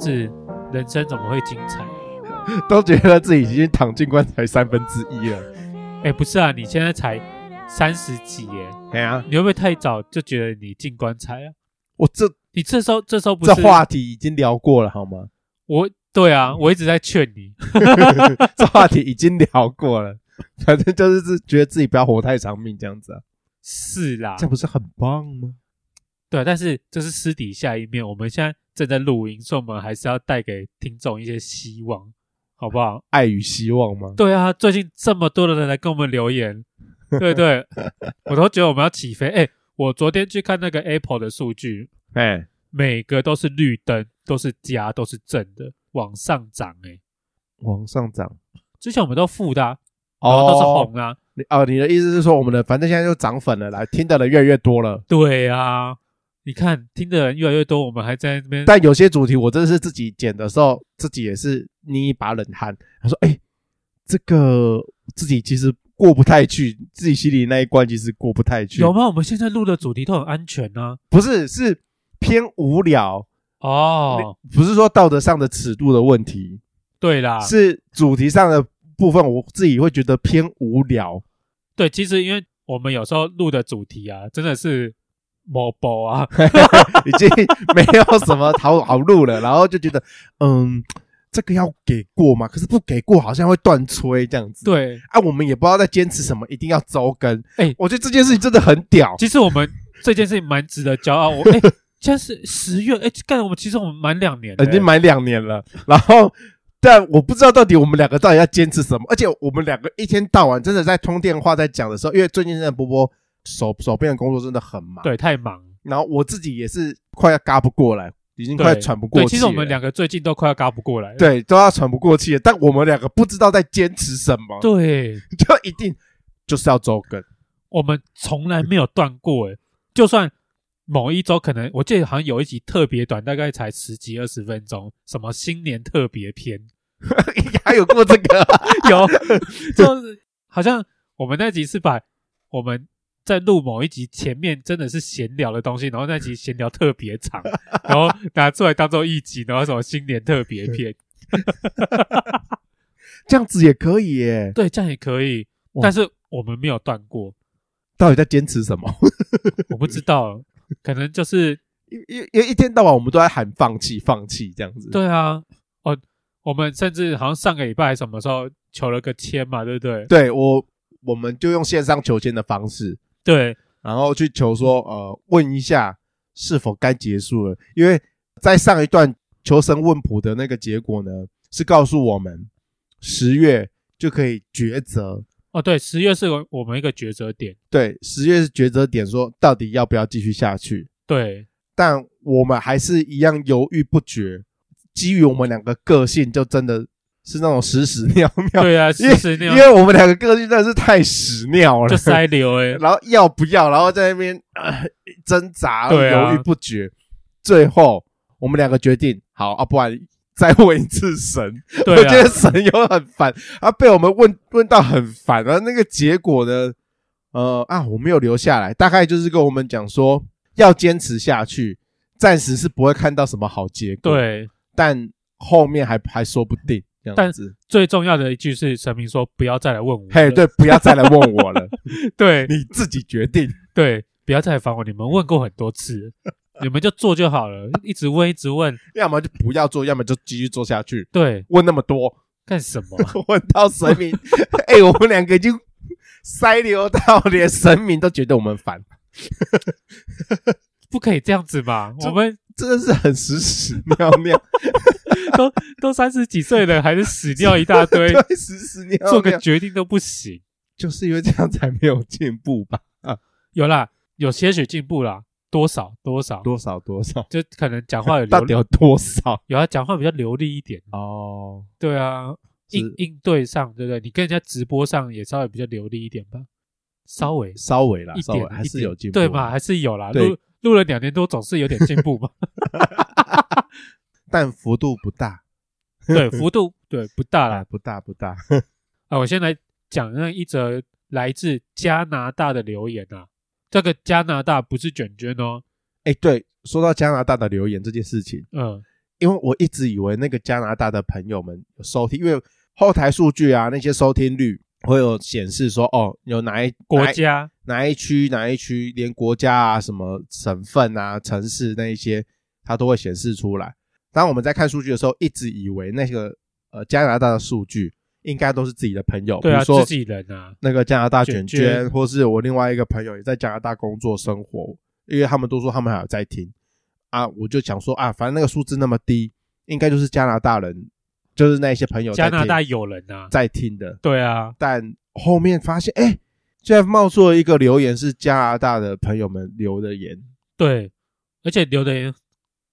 是人生怎么会精彩？都觉得自己已经躺进棺材三分之一了。哎，不是啊，你现在才三十几耶， 哎呀、你会不会太早就觉得你进棺材了？我这你这时候这时候不这是话题已经聊过了好 吗？我对啊，我一直在劝你，这话题已经聊过了，反正就是自觉得自己不要活太长命这样子啊，是啦这，样不是很棒吗？对，啊但是这是私底下一面，我们现在正在录音，所以我们还是要带给听众一些希望，好不好？爱与希望吗？对啊，最近这么多的人来跟我们留言，对对， 我都觉得我们要起飞。哎，我昨天去看那个 Apple 的数据，哎，每个都是绿灯，都是加，都是正的，往上涨。哎，往上涨之前我们都负的、啊，哦然后都是红啊，你哦，你的意思是说我们的反正现在就涨粉了，来听的人越来越多了。对啊。你看，听的人越来越多，我们还在那边但有些主题我真的是自己剪的时候，自己也是捏一把冷汗。他说：“哎、这个自己其实过不太去，自己心里那一关其实过不太去。有吗？我们现在录的主题都很安全啊呢、不是是偏无聊，啊。哦，不是说道德上的尺度的问题，对啦，是主题上的部分，我自己会觉得偏无聊。 对，其实因为我们有时候录的主题啊，真的是某某 啊，已经没有什么好好路了，然后就觉得，嗯，这个要给过嘛，可是不给过好像会断吹这样子。对，啊，我们也不知道在坚持什么，一定要周更。哎、哎我觉得这件事情真的很屌。其实我们这件事情蛮值得骄傲。我哎，现在是十月，哎，干我们其实我们满两年了，欸已经满两年了，然后但我不知道到底我们两个到底要坚持什么，而且我们两个一天到晚真的在通电话在讲的时候，因为最近真的波波手手边的工作真的很忙，，对太忙，然后我自己也是快要嘎不过来，已经快对喘不过对，气了。其实我们两个最近都快要嘎不过来了。对都要喘不过气了，但我们两个不知道在坚持什么，对，就一定就是要周更。 我们从来没有断过，哎，就算。某一周可能，我记得好像有一集特别短，大概才十几二十分钟，什么新年特别篇，还有过这个、 有，就是好像我们那集是把我们在录某一集前面真的是闲聊的东西，然后那集闲聊特别长，然后拿出来当做一集，然后什么新年特别 篇，这样子也可以耶，对，这样也可以。哇但是我们没有断过，到底在坚持什么？ 我不知道，可能就是因因因为一天到晚我们都在喊放弃放弃这样子。，对啊，哦，我们甚至好像上个礼拜什么时候求了个签嘛，对不对？对我我们就用线上求签的方式，对，然后去求说呃问一下是否该结束了，因为在上一段求神问卜的那个结果呢，是告诉我们十月就可以抉择。哦对，十月是我我们一个抉择点，对，十月是抉择点，说到底要不要继续下去。对但我们还是一样犹豫不决。基于我们两个个性，就真的是那种屎屎尿尿，对啊，因为事实那因样为我们两个个性真的是太屎尿了，就塞 流 哎、然后要不要，然后在那边、 啊呃、挣扎，对啊犹豫不决。最后我们两个决定，好啊，不然再问一次神。 对我啊觉得神有很烦，啊，被我们问问到很烦，然后那个结果呢，呃啊，我没有留下来，大概就是跟我们讲说要坚持下去，暂时是不会看到什么好结果，，对，但后面还还说不定这样但子。最重要的一句是神明说不要再来问我，嘿，对，不要再来问我了， 对你自己决定。对，不要再来烦我，你们问过很多次，你们就做就好了，一直问一直问，要么就不要做，要么就继续做下去。对，问那么多，干什么？ 问到神明， 哎、我们两个已经塞流到连神明都觉得我们烦，不可以这样子嘛，这我们真的是很屎屎尿尿，都都三十几岁了，还是死掉一大堆， 对，屎屎尿尿，做个决定都不行。就是因为这样才没有进步吧？有啦，有些许进步啦，多少多少，多少多少，就可能讲话有到 流底利，有多少？有啊，讲话比较流利一点，哦，对啊，是应应对上，对不对？你跟人家直播上也稍微比较流利一点吧，稍微稍微啦，一稍点微还一是点有进步，啊对嘛？？还是有啦。对录录了两年多，总是有点进 步嘛。但幅度不大，对，幅度对不大啦啊，。不大不大。 啊，我先来讲那一则来自加拿大的留言啊。这个加拿大不是卷卷哦，哎、对，说到加拿大的留言这件事情，嗯，因为我一直以为那个加拿大的朋友们有收听，因为后台数据啊那些收听率会有显示说，哦，有哪一国哪一家哪一区哪一区，连国家啊、什么省份啊、城市那一些，它都会显示出来。当我们在看数据的时候，一直以为那个呃加拿大的数据应该都是自己的朋友，对比啊，如说自己人啊，那个加拿大卷卷卷卷，或是我另外一个朋友也在加拿大工作生活，因为他们都说他们还有在听啊，我就想说啊，反正那个数字那么低，应该就是加拿大人，就是那一些朋友加在拿大听有人啊，在听的，对啊，但后面发现，哎、居然冒出了一个留言，是加拿大的朋友们留的言。对，而且留的人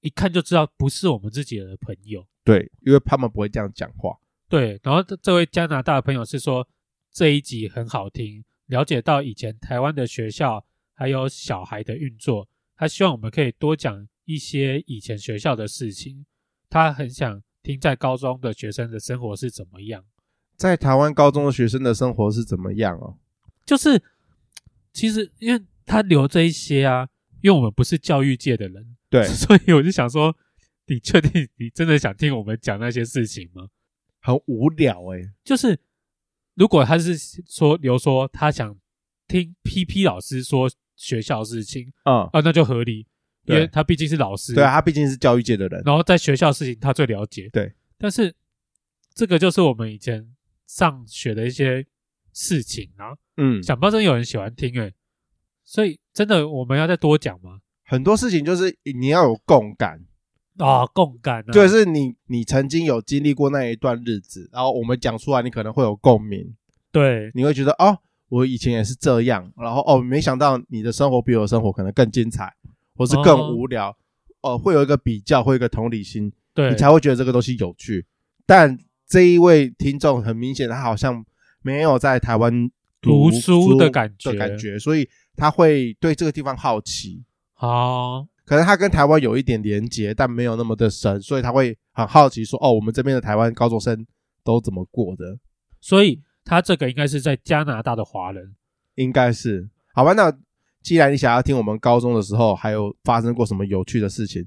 一看就知道不是我们自己的朋友。对，因为他们不会这样讲话。对，然后这这位加拿大的朋友是说这一集很好听，了解到以前台湾的学校还有小孩的运作，他希望我们可以多讲一些以前学校的事情，他很想听在高中的学生的生活是怎么样，在台湾高中的学生的生活是怎么样哦？就是其实因为他留这一些啊，因为我们不是教育界的人，对 所以我就想说，你确定你真的想听我们讲那些事情吗？很无聊哎、就是如果他是说留说他想听 PP 老师说学校的事情嗯，啊，那就合理，因对为他毕竟是老师，对啊，，他毕竟是教育界的人。然后在学校的事情他最了解，对。但是这个就是我们以前上学的一些事情啊，嗯，想不到真的有人喜欢听诶、所以真的我们要再多讲吗？很多事情就是你要有共感，啊，共感啊，哦就是你你曾经有经历过那一段日子，然后我们讲出来，你可能会有共鸣，对你会觉得哦，我以前也是这样，然后哦，没想到你的生活比我的生活可能更精彩，或是哦更无聊，哦，会有一个比较，会有一个同理心，对你，才会觉得这个东西有趣。但这一位听众很明显，他好像没有在台湾读书书的感感觉感觉，所以他会对这个地方好奇。好，可能他跟台湾有一点连结，但没有那么的深，所以他会很好奇说：“哦，我们这边的台湾高中生都怎么过的所以他这个应该是在加拿大的华人，？”应该是好吧。那既然你想要听我们高中的时候还有发生过什么有趣的事情，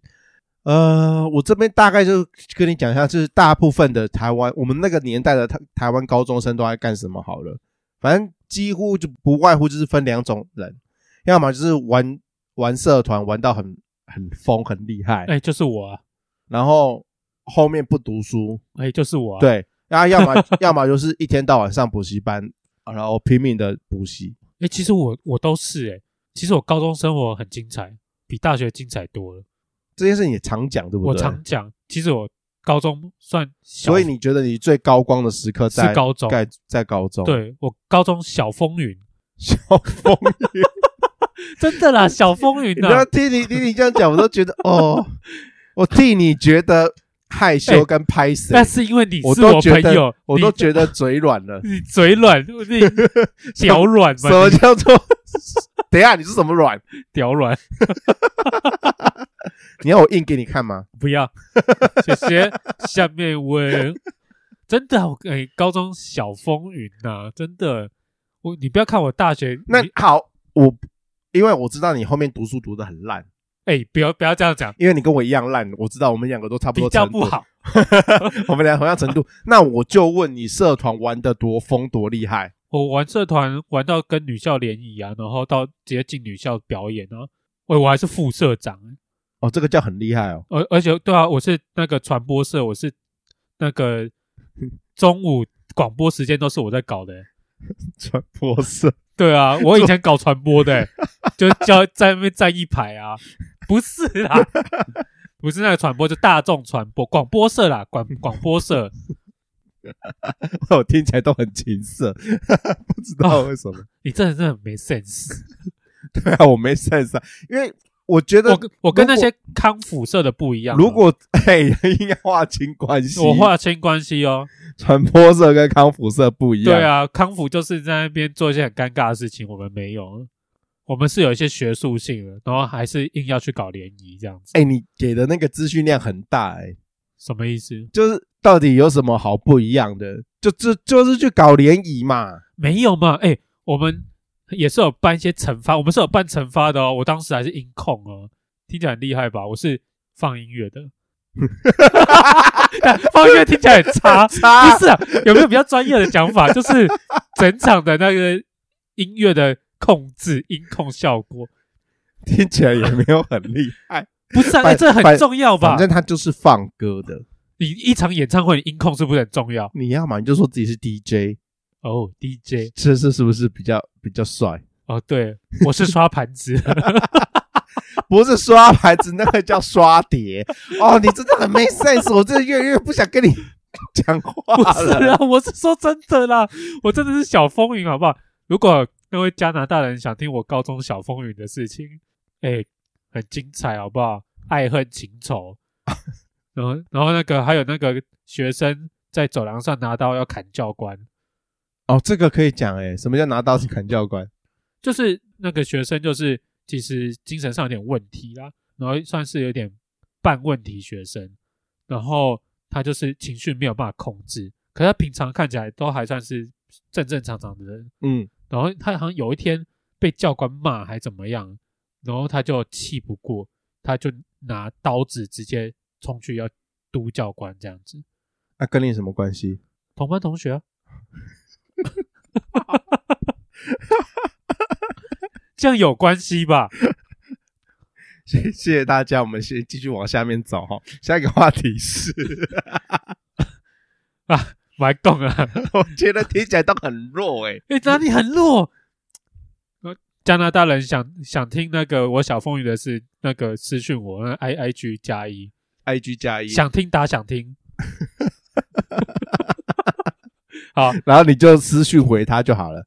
呃，我这边大概就跟你讲一下，就是大部分的台湾，我们那个年代的台台湾高中生都在干什么好了。反正几乎就不外乎就是分两种人，要么就是玩玩社团玩到很很疯很厉害，哎，就是我啊，然后后面不读书，哎，就是我啊，对，然后要么要么就是一天到晚上补习班，然后拼命的补习。哎、其实我我都是哎、其实我高中生活很精彩，比大学精彩多了。这件事情也常讲，对不对？我常讲，其实我高中算小，所以你觉得你最高光的时刻在是高中在在高中？，对我高中小风云，小风 雨。真的啦，小风云 你啊要，听你听你这样讲，我都觉得哦，我替你觉得害羞跟拍谁哎那，是因为你我是都觉朋得友，我都觉得得嘴软 了。你嘴软， 你屌软什嘛，么你叫做？ 等一下，你是什么软？屌软，你要我硬给你看吗？不 要，谢谢。下面问，真的啊我哎、高中小风云呐、真的，我你不要看我大学，那你好，我因为我知道你后面读书读的很烂，哎、不要不要这样讲，因为你跟我一样烂，我知道我们两个都差不比多较程度不好。，我们俩同样程度。那我就问你，社团玩的多疯多厉害？我玩社团玩到跟女校联谊啊，然后到直接进女校表演啊。喂，我还是副社长，哦，这个叫很厉害哦。而而且对啊，我是那个传播社，我是那个中午广播时间都是我在搞的、传播社， 对啊，我以前搞传播的、欸就叫在那边站一排啊，不是啦， 不是那个传播，就大众传播广播社啦，广广播社。我听起来都很情色， 不知道为什么。你真的真的很没 sense。对啊，我没 sense，、啊、因为我觉得我跟我跟如那果些康复社的不一样啊、如果 哎，应该划清关系。我划清关系哦，传播社跟康复社不一样。对，啊，康复就是在那边做一些很尴尬的事情，我们没有，我们是有一些学术性的，然后还是硬要去搞联谊这样子，哎，你给的那个资讯量很大哎、什么意思？就是到底有什么好不一样的？就就就是去搞联谊嘛。 没有嘛？哎、我们也是有办一些惩罚，我们是有办惩罚的哦。我当时还是音控哦，听起来很厉害吧？我是放音乐的， 方月听起来很差，差不是啊？有没有比较专业的讲 法？就是整场的那个音乐的控制、音控效果，听起来也没有很厉 害。不是啊？反哎这反很重要吧反？正他就是放歌的，你一场演唱会，你音控是不是很重要？你要嘛你就说自己是 DJ，哦，DJ，这这是不是比较比较帅？ 哦，对，我是刷盘子，不是刷牌子，那个叫刷碟。 哦，你真的很没 sense，我真的越来越不想跟你讲不话是了。啊， 我是说真的啦，我真的是小风云，好不好？如果那位加拿大人想听我高中小风云的事情，哎、很精彩，好不好？爱恨情 仇，然后然后那个还有那个学生在走廊上拿刀要砍教官， 哦，这个可以讲诶、什么叫拿刀去砍教官？就是那个学生就是其实精神上有点问题啦，然后算是有点半问题学生，然后他就是情绪没有办法控制，可是他平常看起来都还算是正正常常的人，嗯，然后他好像有一天被教官骂还怎么样，然后他就气不过，他就拿刀子直接冲去要督教官这样子，那、跟你什么关系？同班同学啊。这样有关系吧？谢谢谢大家，我们先继续往下面走哈。下一个话题是，蛮懂啊，我觉得听起来都很弱诶、欸哎、哪里很弱？呃加拿大人想想听那个我小风雨的事，那个私讯我，那 i i g 加一， i g 加一，想听打想听。 好，然后你就私讯回他就好了，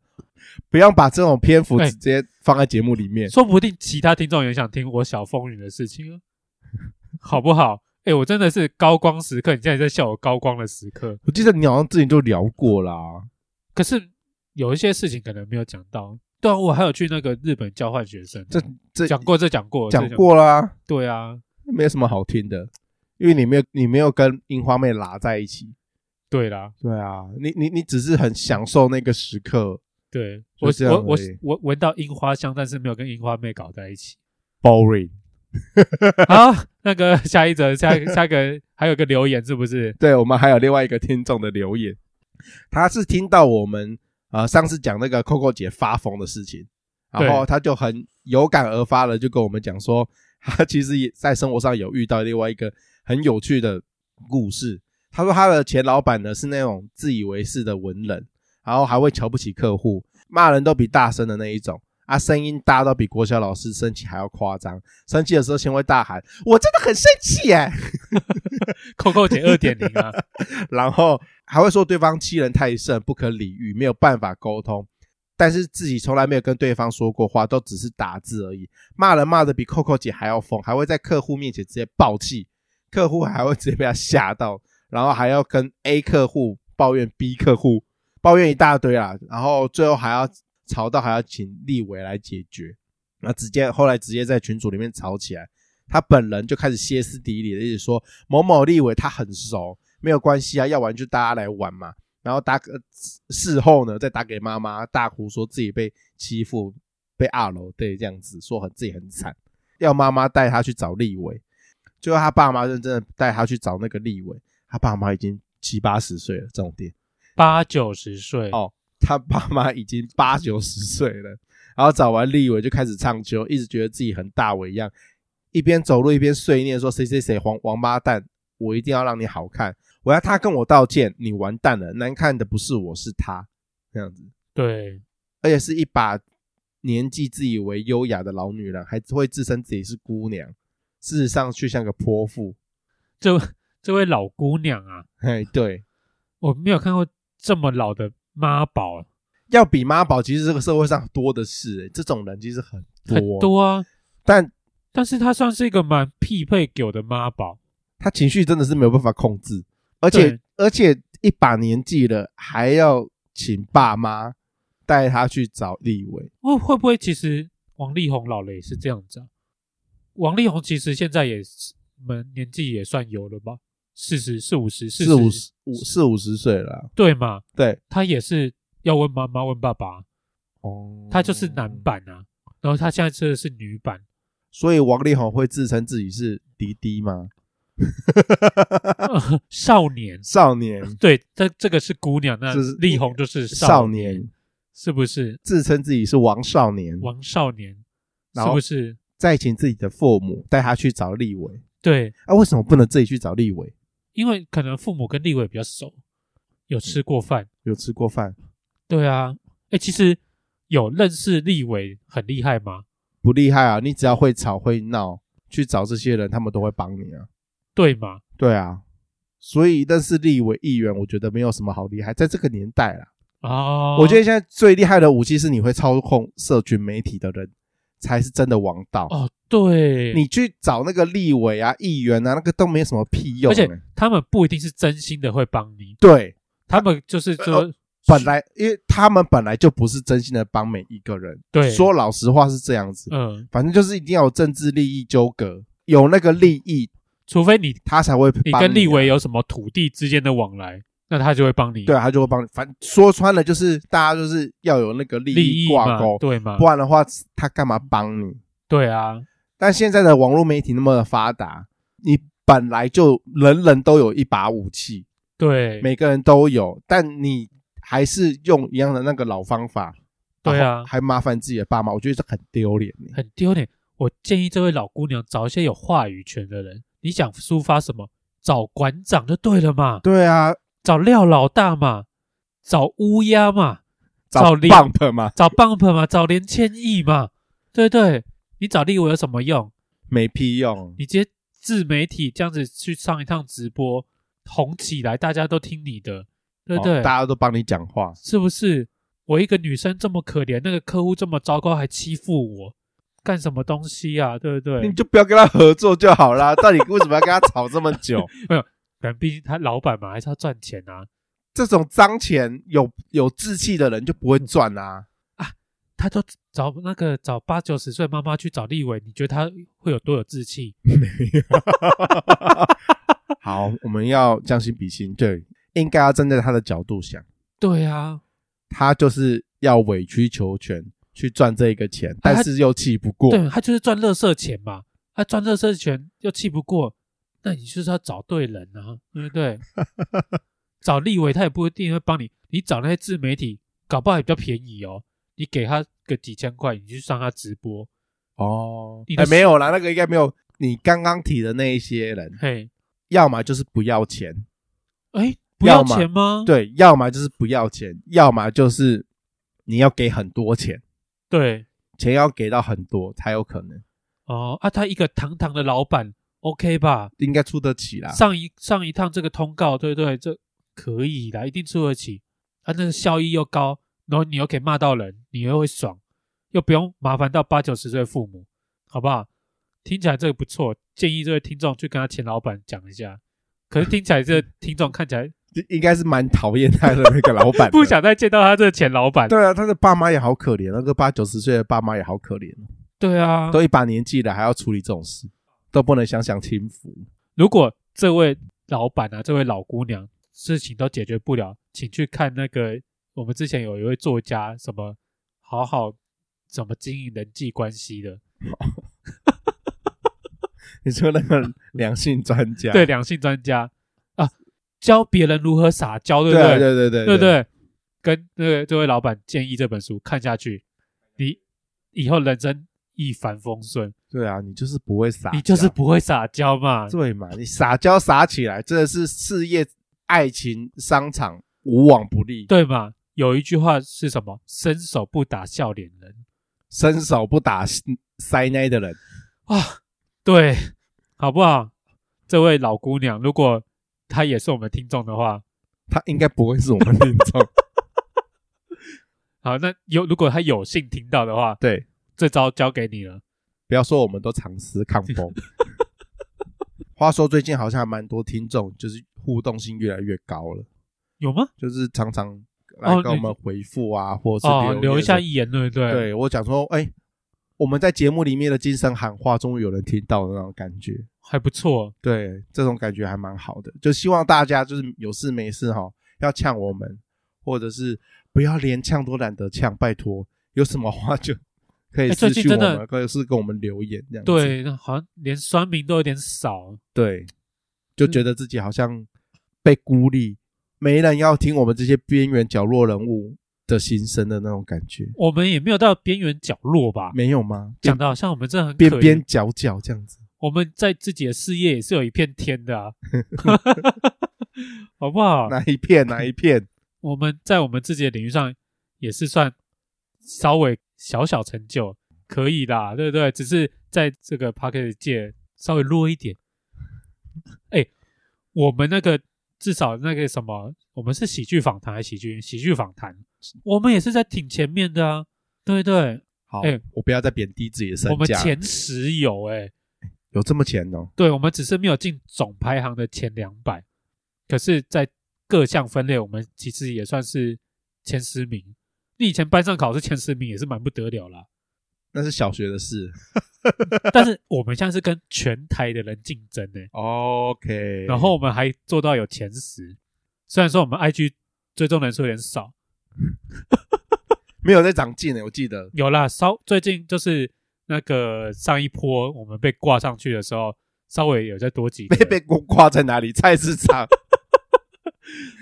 不要把这种篇幅哎直接放在节目里面。说不定其他听众也想听我小风云的事情啊，好不好？哎、我真的是高光时刻，你现在在笑我高光的时刻，我记得你好像之前就聊过啦，可是有一些事情可能没有讲到。对啊，我还有去那个日本交换学生，这这讲过这讲过讲这过啦，对啊，没有什么好听的，因为你没有你没有跟樱花妹拉在一起。对啦，对啊，你你你只是很享受那个时刻对就我这样我我而已我闻到樱花香，但是没有跟樱花妹搞在一起。 ，boring。好，那个下一则，下一个下一个还有一个留言是不是？对我们还有另外一个听众的留言，他是听到我们呃上次讲那个 Coco 姐发疯的事情，然后对他就很有感而发了，就跟我们讲说，他其实也在生活上有遇到另外一个很有趣的故事。他说他的前老板呢是那种自以为是的文人，然后还会瞧不起客户，骂人都比大声的那一种。啊，声音大到比国小老师生气还要夸张。生气的时候先会大喊：“我真的很生气耶！”扣扣姐二点零 啊，然后还会说对方欺人太甚、不可理喻，没有办法沟通。但是自己从来没有跟对方说过话，都只是打字而已。骂人骂的比扣扣姐还要疯，还会在客户面前直接爆气，客户还会直接被他吓到，然后还要跟 A 客户抱怨 B 客户，抱怨一大堆啦，然后最后还要吵到还要请立委来解决，那直接后来直接在群组里面吵起来，他本人就开始歇斯底里的一直说某某立委他很熟，没有关系啊，要玩就大家来玩嘛。然后打个事后呢，再打给妈妈大哭，说自己被欺负，被二楼对这样子，说很自己很惨，要妈妈带他去找立委。最后他爸妈认真的带他去找那个立委，他爸妈已经七八十岁了，重点。八九十岁哦他爸妈已经八九十岁了， 然后找完立委就开始唱秋，一直觉得自己很大伟一样，一边走路一边碎念说谁谁谁王王八蛋，我一定要让你好看，我要他跟我道歉，你完蛋了，难看的不是我是他，这样子，对，而且是一把年纪自以为优雅的老女人，还会自称自己是姑娘，事实上却像个泼妇， 这这位老姑娘啊，嘿，对。我没有看过这么老的妈宝，啊要比妈宝，其实这个社会上多的是、哎这种人其实很多，很多啊，但但是她算是一个蛮匹配狗的妈宝，他情绪真的是没有办法控制，而且对而且一把年纪了，还要请爸妈带他去找立委。会哦会不会其实王力宏老了也是这样子啊？王力宏其实现在也是，们年纪也算有了吧，四十四五十四五十五四五十岁了啊，对嘛？对，他也是要问妈妈问爸爸，哦他就是男，版啊，然后他现在吃的是女版，所以王力宏会自称自己是迪迪吗？呃 少年，少年对，这这个是姑娘，那就是力宏就是少年，年是不是？自称自己是王少年，王少年，然是后不是？再请自己的父母带他去找立伟。对，啊，为什么不能自己去找立伟？因为可能父母跟立伟比较熟，有嗯吃过饭。有吃过饭对啊，哎，其实有认识立伟很厉害吗？不厉害啊？你只要会吵会闹，去找这些人，他们都会帮你啊。对吗？对啊，所以认识立委议员，我觉得没有什么好厉害，在这个年代啦，哦，我觉得现在最厉害的武器是你会操控社群媒体的人，才是真的王道。哦，对，你去找那个立委啊、议员啊，那个都没什么屁用、而且欸他们不一定是真心的会帮你，对，他们就是说本来因为他们本来就不是真心的帮每一个人，对说老实话是这样子，嗯，反正就是一定要有政治利益纠葛，有那个利益，除非你他才会你帮跟立啊伟有什么土地之间的往来，那他就会帮你对啊，他就会帮你。反正说穿了，就是大家就是要有那个利利益挂嘛钩，，对吗不？然的话，他干嘛帮你？对啊，但现在的网络媒体那么的发达，你本来就人人都有一把武器，对，每个人都有，但你还是用一样的那个老方法，对啊然后还麻烦自己的爸妈，我觉得这很丢脸欸。很丢脸。我建议这位老姑娘找一些有话语权的人，你想抒发什么，找馆长就对了嘛，对啊，找廖老大嘛，找乌鸦嘛，找林 bump 嘛，找 Bump 嘛，找连千亿嘛，对不对，你找立伟有什么用？没屁用。你直接自媒体这样子去上一趟直播，红起来，大家都听你的，对不对？哦大家都帮你讲话，是不是？我一个女生这么可怜，那个客户这么糟糕，还欺负我，干什么东西啊？对不你对？就不要跟他合作就好啦。到底为什么要跟他吵这么久？ 但毕竟他老板嘛，还是要赚钱啊。这种脏钱有有志气的人就不会赚啊。他都找那个找八九十岁妈妈去找立伟，你觉得他会有多有志气？ 好，我们要将心比心，对，应该要站在他的角度想，对啊，他就是要委曲求全去赚这个钱，但是又气不过。对他就是赚乐色钱嘛，他赚乐色钱又气不过，那你就是要找对人啊，对不对？找立委他也不一定会帮你，你找那些自媒体，搞不好也比较便宜哦。你给他个几千块，你去上他直播，哦你，的哎，没有啦，那个应该没有。你刚刚提的那一些人，嘿，要么就是不要钱，哎，不要要嘛钱吗？对，要么就是不要钱，要么就是你要给很多钱，对，钱要给到很多才有可能，哦啊，他一个堂堂的老板，OK 吧？应该出得起啦。上一上一趟这个通告，对不对？这可以啦，一定出得起。啊，那个效益又高，然后你又可以骂到人，你又会爽，又不用麻烦到八九十岁的父母，好不好？听起来这个不错，建议这位听众去跟他前老板讲一下。可是听起来这个听众看起来就应该是蛮讨厌他的那个老 板的，不想再见到他这个前老板。对啊，他的爸妈也好可怜，那个八九十岁的爸妈也好可怜，哦对啊，都一把年纪了还要处理这种事，都不能享享清福。如果这位老板啊，这位老姑娘事情都解决不了，请去看那个我们之前有一位作家，什么好好怎么经营人际关系的，你说那个良性专家，对啊两性专家啊，教别人如何撒娇，对对不啊对？对对对对不对？跟那个这位老板建议这本书看下去，你以后人生一帆风顺，对啊，你就是不会撒娇，你就是不会撒娇嘛。对嘛，你撒娇撒起来真的是事业、爱情、商场无往不利，对嘛？有一句话是什么？伸手不打笑脸人。伸手不打塞奶的人，啊，对，好不好？这位老姑娘，如果她也是我们听众的话，他应该不会是我们听 众。好，那有如果她有幸听到的话，对，这招交给你了。不要说我们都常 思抗风。话说最近好像还蛮多听众，就是互动性越来越高了，有吗？就是常常来跟我们回复啊，或者是哦，留留言一下言，对不对？对我讲说，哎、我们在节目里面的精神喊话，终于有人听到的那种感觉。还不错。对，这种感觉还蛮好的，就希望大家就是有事没事哈、要呛我们，或者是不要连呛都懒得呛，拜托，有什么话就可以哎私最近信我真的们，或者是跟我们留言这样子。对，那好像连酸民都有点少，对，就嗯觉得自己好像被孤立，没人要听我们这些边缘角落人物的心声的那种感觉，我们也没有到边缘角落吧？没有吗？讲的好像我们真的很可嗯边怜边角角这样子，我们在自己的事业也是有一片天的 啊， 好不好？哪一片哪一片，我们在我们自己的领域上也是算稍微小小成就，可以啦，对不对？只是在这个 p o c k e t 界稍微弱一点。哎，我们那个至少那个什么，我们是喜剧访谈还是喜剧喜剧访谈？我们也是在挺前面的啊，对不对，好，哎我不要再贬低自己的身我们价，前十有哎、有这么钱哦，对，我们只是没有进总排行的前两百，可是，在各项分类，我们其实也算是前十名。你以前班上考试前十名也是蛮不得了啦， 那是小学的事。但是我们现在是跟全台的人竞争呢、OK，然后我们还做到有前十。虽然说我们 IG 追踪人数有点少，没有在长进欸呢，我记得有啦，稍最近就是那个上一波我们被挂上去的时候，稍微有再多几个被被挂在哪里？菜市场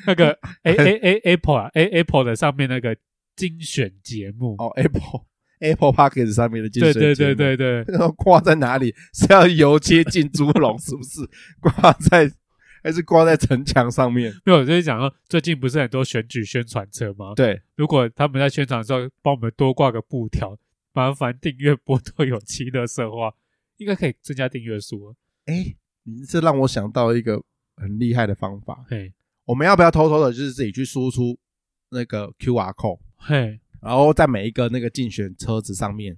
那 个 A A A Apple 啊 A Apple 的上面那个精选节目哦，Apple Apple Pocket 上面的精对髓对对对对，对，然后挂在哪里？是要游街进猪笼是不是？挂在还是挂在城墙上面？没有，我就是讲说，最近不是很多选举宣传车吗？对，如果他们在宣传的时候帮我们多挂个布条，麻烦订阅波多有奇的色话，应该可以增加订阅数哦。哎，你这让我想到一个很厉害的方法，嘿，我们要不要偷偷的，就是自己去输出那个 QR code，嘿，然后在每一个那个竞选车子上面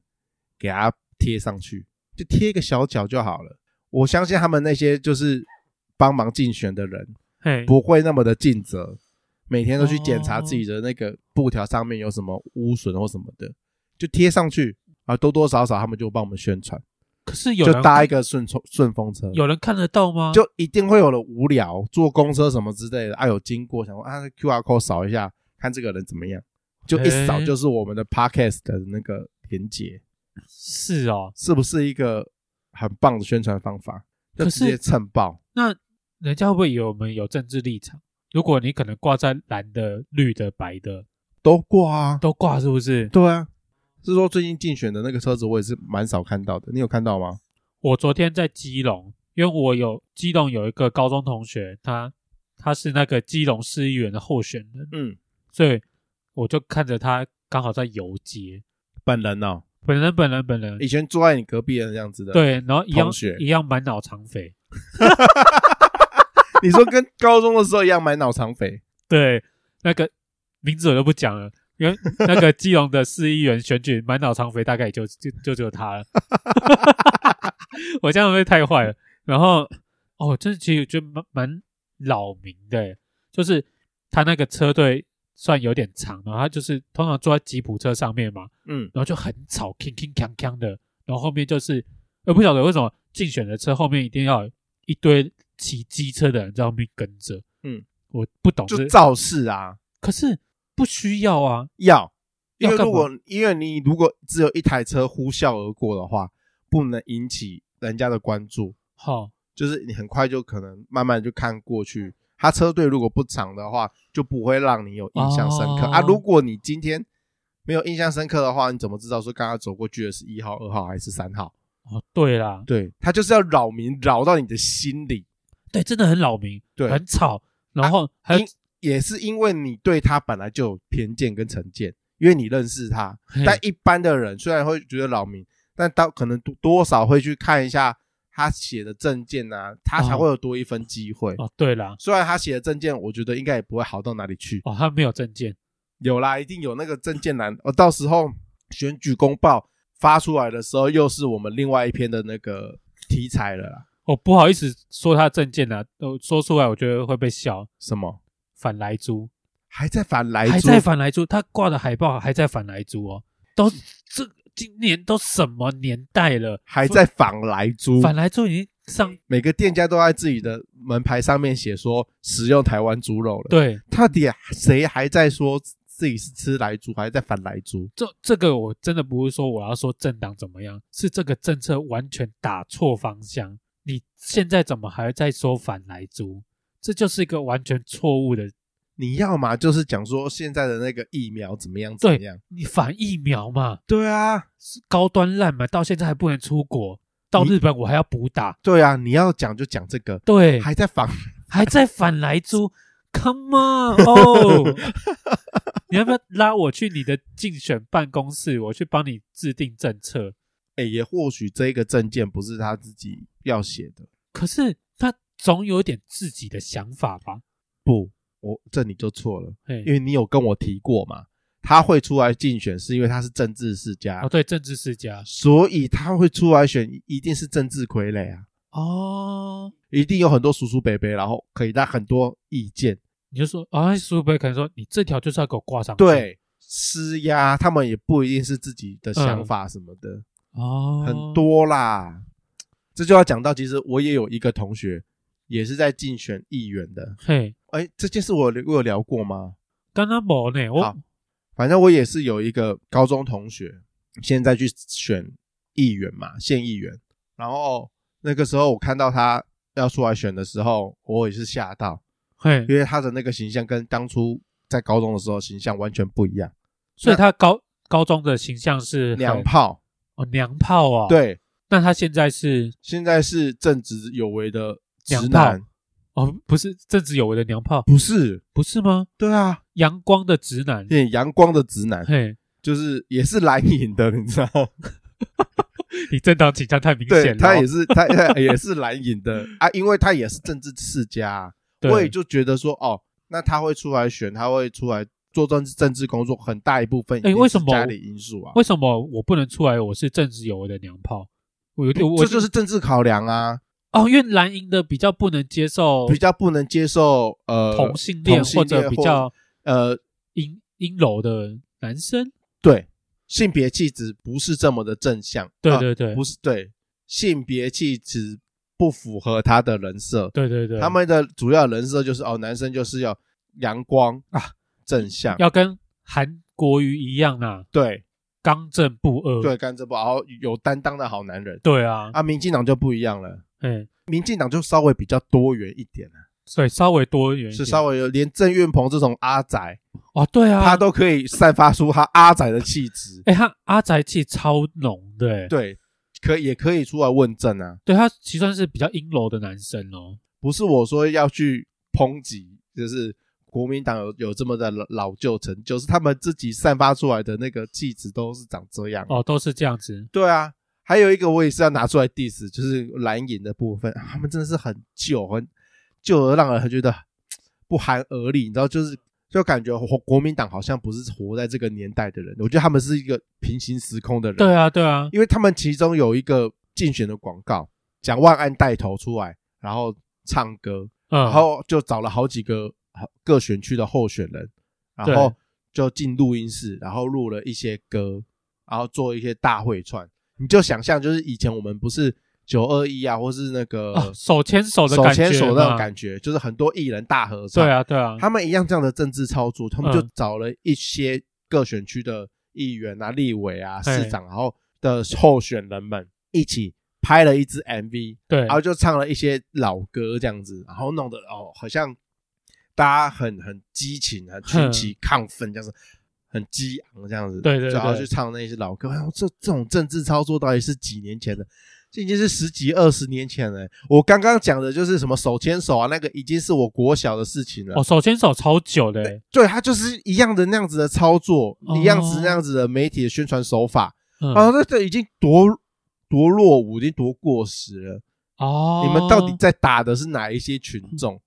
给它贴上去，就贴一个小角就好了。我相信他们那些就是帮忙竞选的人，嘿，不会那么的尽责，每天都去检查自己的那个布条上面有什么污损或什么的，就贴上去啊，多多少少他们就帮我们宣传，可是有就人搭一个顺风顺风车，有人看得到吗？就一定会有人无聊坐公车什么之类的啊，有经过想说啊，Q R code 扫一下，看这个人怎么样，就一扫嘿就是我们的 Podcast 的那个连接，是哦，是不是一个很棒的宣传方法？就可直接是蹭爆，那人家会不会以为我们有政治立场？如果你可能挂在蓝的、绿的、白的都挂啊，都挂，是不是？对啊。是说最近竞选的那个车子，我也是蛮少看到的，你有看到吗？我昨天在基隆，因为我有基隆有一个高中同学，他他是那个基隆市议员的候选人，嗯，所以我就看着他刚好在游街，本人哦，本人本人本人以前坐在你隔壁的那样子的，，对，然后一样哎同学一样满脑肠肥， 你说跟高中的时候一样买脑肠肥， 对，那个名字我都不讲了，因为那个基隆的市议员选举满脑肠肥大概也就就就只有他 了， 我这样会不会太坏了？然后哦，这其实就蛮蛮扰民的耶，就是他那个车队算有点长，然后他就是通常坐在吉普车上面嘛，嗯，然后就很吵，铿铿锵锵的。然后后面就是，我不晓得为什么竞选的车后面一定要有一堆骑机车的人在后面跟着。嗯，我不懂就这，造势啊，可是不需要啊。要，因为要干如嘛果因为你如果只有一台车呼啸而过的话，不能引起人家的关注，好、就是你很快就可能慢慢就看过去。他车队如果不长的话，就不会让你有印象深刻、哦啊。如果你今天没有印象深刻的话，你怎么知道说刚刚走过去的是一号、二号还是三号？哦，对啦，对他就是要扰民，扰到你的心里。对，真的很扰民，对啊很吵，然后还有、因也是因为你对他本来就有偏见跟成见，因为你认识他。嘿但一般的人虽然会觉得扰民，但到可能多多少会去看一下他写的证件啊，他才哦会有多一分机会。哦，对啦，虽然他写的证件，我觉得应该也不会好到哪里去。哦，他没有证件，有啦，一定有那个证件栏。哦，到时候选举公报发出来的时候，又是我们另外一篇的那个题材了啦。我、哦不好意思说他证件啊，都说出来我觉得会被笑。什么？反莱猪，还在反来？还在反莱猪，他挂的海报还在反莱猪哦，都这今年都什么年代了，还在反来猪？反莱猪已经上每个店家都在自己的门牌上面写说使用台湾猪肉了。对，到底谁还在说自己是吃来猪，还在反来猪？这这个我真的不是说我要说政党怎么样，是这个政策完全打错方向。你现在怎么还在说反来租？这就是一个完全错误的，你要嘛就是讲说现在的那个疫苗怎么样怎么样，你反疫苗嘛，对啊，是高端烂嘛，到现在还不能出国，到你日本我还要补打，对啊，你要讲就讲这个，对，还在防还在反来租，Come on 哦！你要不要拉我去你的竞选办公室，我去帮你制定政策？哎、也或许这个证件不是他自己要写的，可是他总有点自己的想法吧？不，我这你就错了，嘿因，为你有跟我提过嘛，他会出来竞选是因为他是政治世家，哦，对，政治世家所以他会出来选一定是政治傀儡啊，哦，一定有很多叔叔伯伯，然后可以带很多意见，你就说啊，苏北可能说你这条就是要给我挂上去，对，施压，他们也不一定是自己的想法什么的，嗯哦，很多啦。这就要讲到，其实我也有一个同学也是在竞选议员的，嘿，哎，这件事我有我有聊过吗？刚刚某呢，好我反正我也是有一个高中同学，现在去选议员嘛，县议员。然后那个时候我看到他要出来选的时候，我也是吓到，嘿，因为他的那个形象跟当初在高中的时候形象完全不一样，所以他高高中的形象是很娘炮。哦娘炮啊，，对，那他现在是现在是正直有为的直娘炮男，哦不是正直有为的娘炮，不是？不是吗？对啊，阳光的直男，有点阳光的直男，嘿，就是也是蓝影的，你知道吗？你正当倾向 太明对显了哦，他也是，他他也是蓝影的啊，因为他也是政治世家啊、对我也就觉得说，哦，那他会出来选，他会出来做政治政治工作，很大一部分哎也为什么家里因素啊？为什么我不能出来？我是正直有为的娘炮，我有点我这就是政治考量啊，哦，因为蓝营的比较不能接受比较不能接受呃哦同性恋同性或恋者比较呃阴阴柔的男生，对性别气质不是这么的正向，对啊对对不是对性别气质不符合他的人设，对对对，他们的主要人设就是哦，男生就是要阳光啊，正向，要跟韩国瑜一样啊，对刚正不阿，对，干这不好，有担当的好男人对啊，啊。民进党就不一样了，嗯，民进党就稍微比较多元一点啊，所以稍微多元一点是稍微有连郑运鹏这种阿宅，哦，对啊，他都可以散发出他阿宅的气 质，哎，他阿宅气超浓的欸，对，可也可以出来问政啊，对，他其实算是比较阴柔的男生哦，不是我说要去抨击，就是。国民党有有这么的老老旧成就，是他们自己散发出来的那个气质都是长这样。哦，都是这样子，对啊，还有一个我也是要拿出来 diss，就是蓝影的部分，他们真的是很旧，很旧而让人觉得不寒而栗。你知道，就是就感觉国国民党好像不是活在这个年代的人，我觉得他们是一个平行时空的人。对，啊，对啊，因为他们其中有一个竞选的广告，讲万安带头出来，然后唱歌，嗯然，后就找了好几个各选区的候选人，然后对就进录音室，然后录了一些歌，然后做一些大会串。你就想象，就是以前我们不是九二一啊，或是那个哦手牵手的手感觉牵手那嘛种感觉，就是很多艺人大合唱。对，啊，对啊，他们一样这样的政治操作，他们就嗯找了一些各选区的议员啊、立委啊、嘿市长，然后的候选人们一起拍了一支 MV，对然后就唱了一些老歌这样子，然后弄得哦，好像大家很很激情、很群起亢奋，这样子，很激昂这样子，对对就然后对去唱那些老歌。哎呦，这这种政治操作到底是几年前的？这已经是十几二十年前了、我刚刚讲的就是什么手牵手啊，那个已经是我国小的事情了。哦，手牵手超久的欸，对，它就是一样的那样子的操作，哦一样子那样子的媒体的宣传手法。嗯啊，那这已经多多落伍，已经多过时了。哦，嗯你们到底在打的是哪一些群众？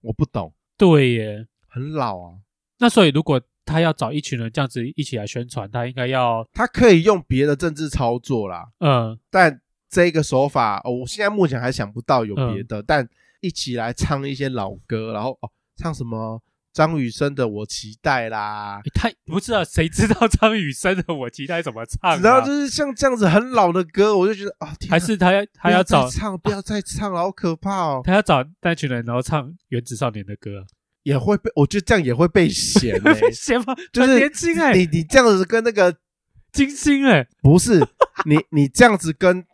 我不懂，对耶？很老啊。那所以如果他要找一群人这样子一起来宣传，他应该要他可以用别的政治操作啦，嗯但这个手法、哦我现在目前还想不到有别嗯的。但一起来唱一些老歌，然后哦，唱什么张雨生的《我期待》啦，欸他不知道谁知道张雨生的我期待怎么唱、啊？然后就是像这样子很老的歌，我就觉得啊，天哪还是他要他不要再找啊唱，不要再唱了，好可怕 哦！他要找那群人，然后唱《原子少年》的歌，也会被，我觉得这样也 会被嫌呢、行吗？就很是年轻哎、你你这样子跟那个 金星哎、不是你你这样子跟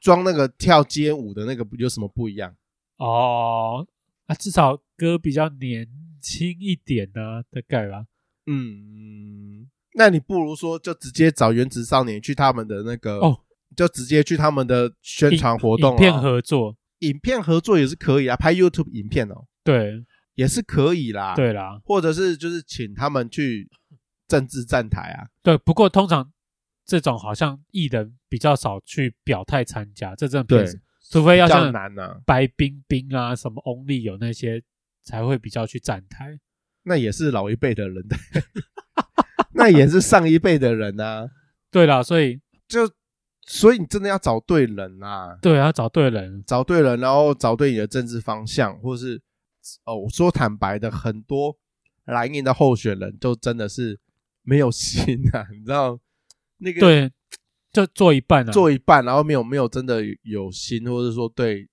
装那个跳街舞的那个有什么不一样？哦，啊，至少歌比较年轻一点呢、大概吧。嗯，那你不如说就直接找原子少年去他们的那个哦，就直接去他们的宣传活动、啊，影片合作，影片合作也是可以啊，拍 YouTube 影片哦对也是可以啦。，对啦，或者是就是请他们去政治站台啊。对。不过通常这种好像艺人比较少去表态参加，这真的偏对少，除非要比较像难啊，白冰冰啊、什么 Only 有那些才会比较去站台。那也是老一辈的人的， 那也是上一辈的人啊。对啦，所以就所以你真的要找对人啊，对要找对人，找对人，然后找对你的政治方向，或是哦，我说坦白的，很多蓝营的候选人就真的是没有心啊， 你知道那个对，就做一半啊。做一半，然后没有没有真的有心，或者说对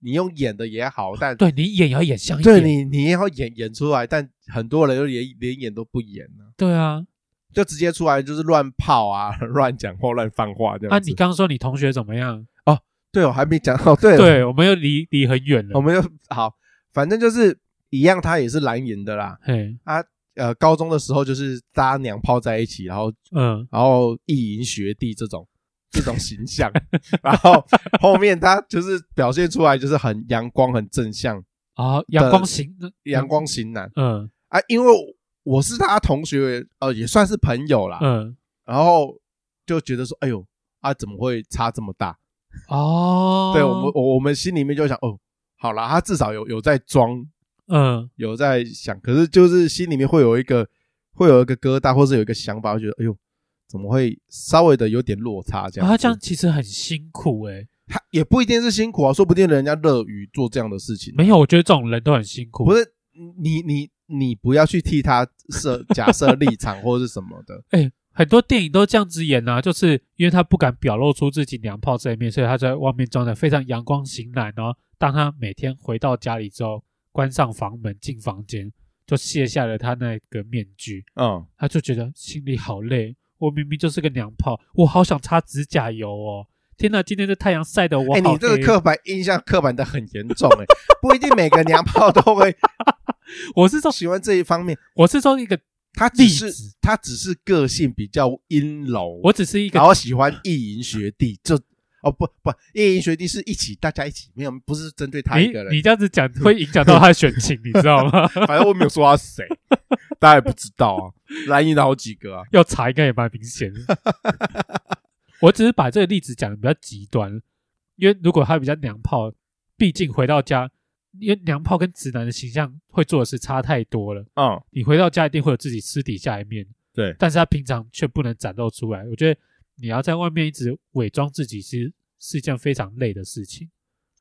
你用演的也好，但对你演也要演像一对点，你你也要演演出来，但很多人就连连演都不演呢、对啊。就直接出来就是乱泡啊， 乱讲话，乱放话这啊，样子。你刚刚说你同学怎么样？对我还没讲到，对了对，我们又离离很远了。我们就好，反正就是一样，他也是蓝营的啦。嘿，呃，高中的时候就是大家娘泡在一起，然后嗯，然后意淫学弟这种这种形象， 然后后面他就是表现出来就是很阳光、很正向、啊，阳光型，呃阳，光型男嗯啊。因为我是他同学，呃，也算是朋友啦。嗯，然后就觉得说，哎呦啊，怎么会差这么大？哦，对我们，我我们心里面就想，哦，好啦，他至少有有在装，嗯，有在想，可是就是心里面会有一个会有一个疙瘩，或是有一个想法，会觉得哎呦，怎么会稍微的有点落差这样啊，他子？这样其实很辛苦欸诶。他也不一定是辛苦啊，说不定人家乐于做这样的事情。没有，我觉得这种人都很辛苦。不，是你你你不要去替他设假设立场或是什么的，哎，很多电影都这样子演啊，就是因为他不敢表露出自己娘炮这一面，所以他在外面装的非常阳光型男哦。当他每天回到家里之后，关上房门进房间，就卸下了他那个面具，嗯，他就觉得心里好累。我明明就是个娘炮，我好想擦指甲油哦！天哪，今天这太阳晒的我哎、好、你这个，刻板印象刻板的很严重哎、不一定每个娘炮 都会我是说，喜欢这一方面，我是说一个，他只例是他只是个性比较阴柔，啊我只是一个然，后喜欢意淫学弟，就哦不不，意淫学弟是一起大家一起，没有不是针对他一你个人，你这样子讲会影响到他的选情，你知道吗？反正我没有说他 是谁，大家也不知道啊，蓝营的好几个啊，要查应该也蛮明 显的。我只是把这个例子讲的比较极端，因为如果他比较娘炮，毕竟回到家，因为娘炮跟直男的形象会做的事差太多了。嗯，你回到家一定会有自己私底下一面，对但是他平常却不能展露出来。我觉得你要在外面一直伪装自己是是一件非常累的事情。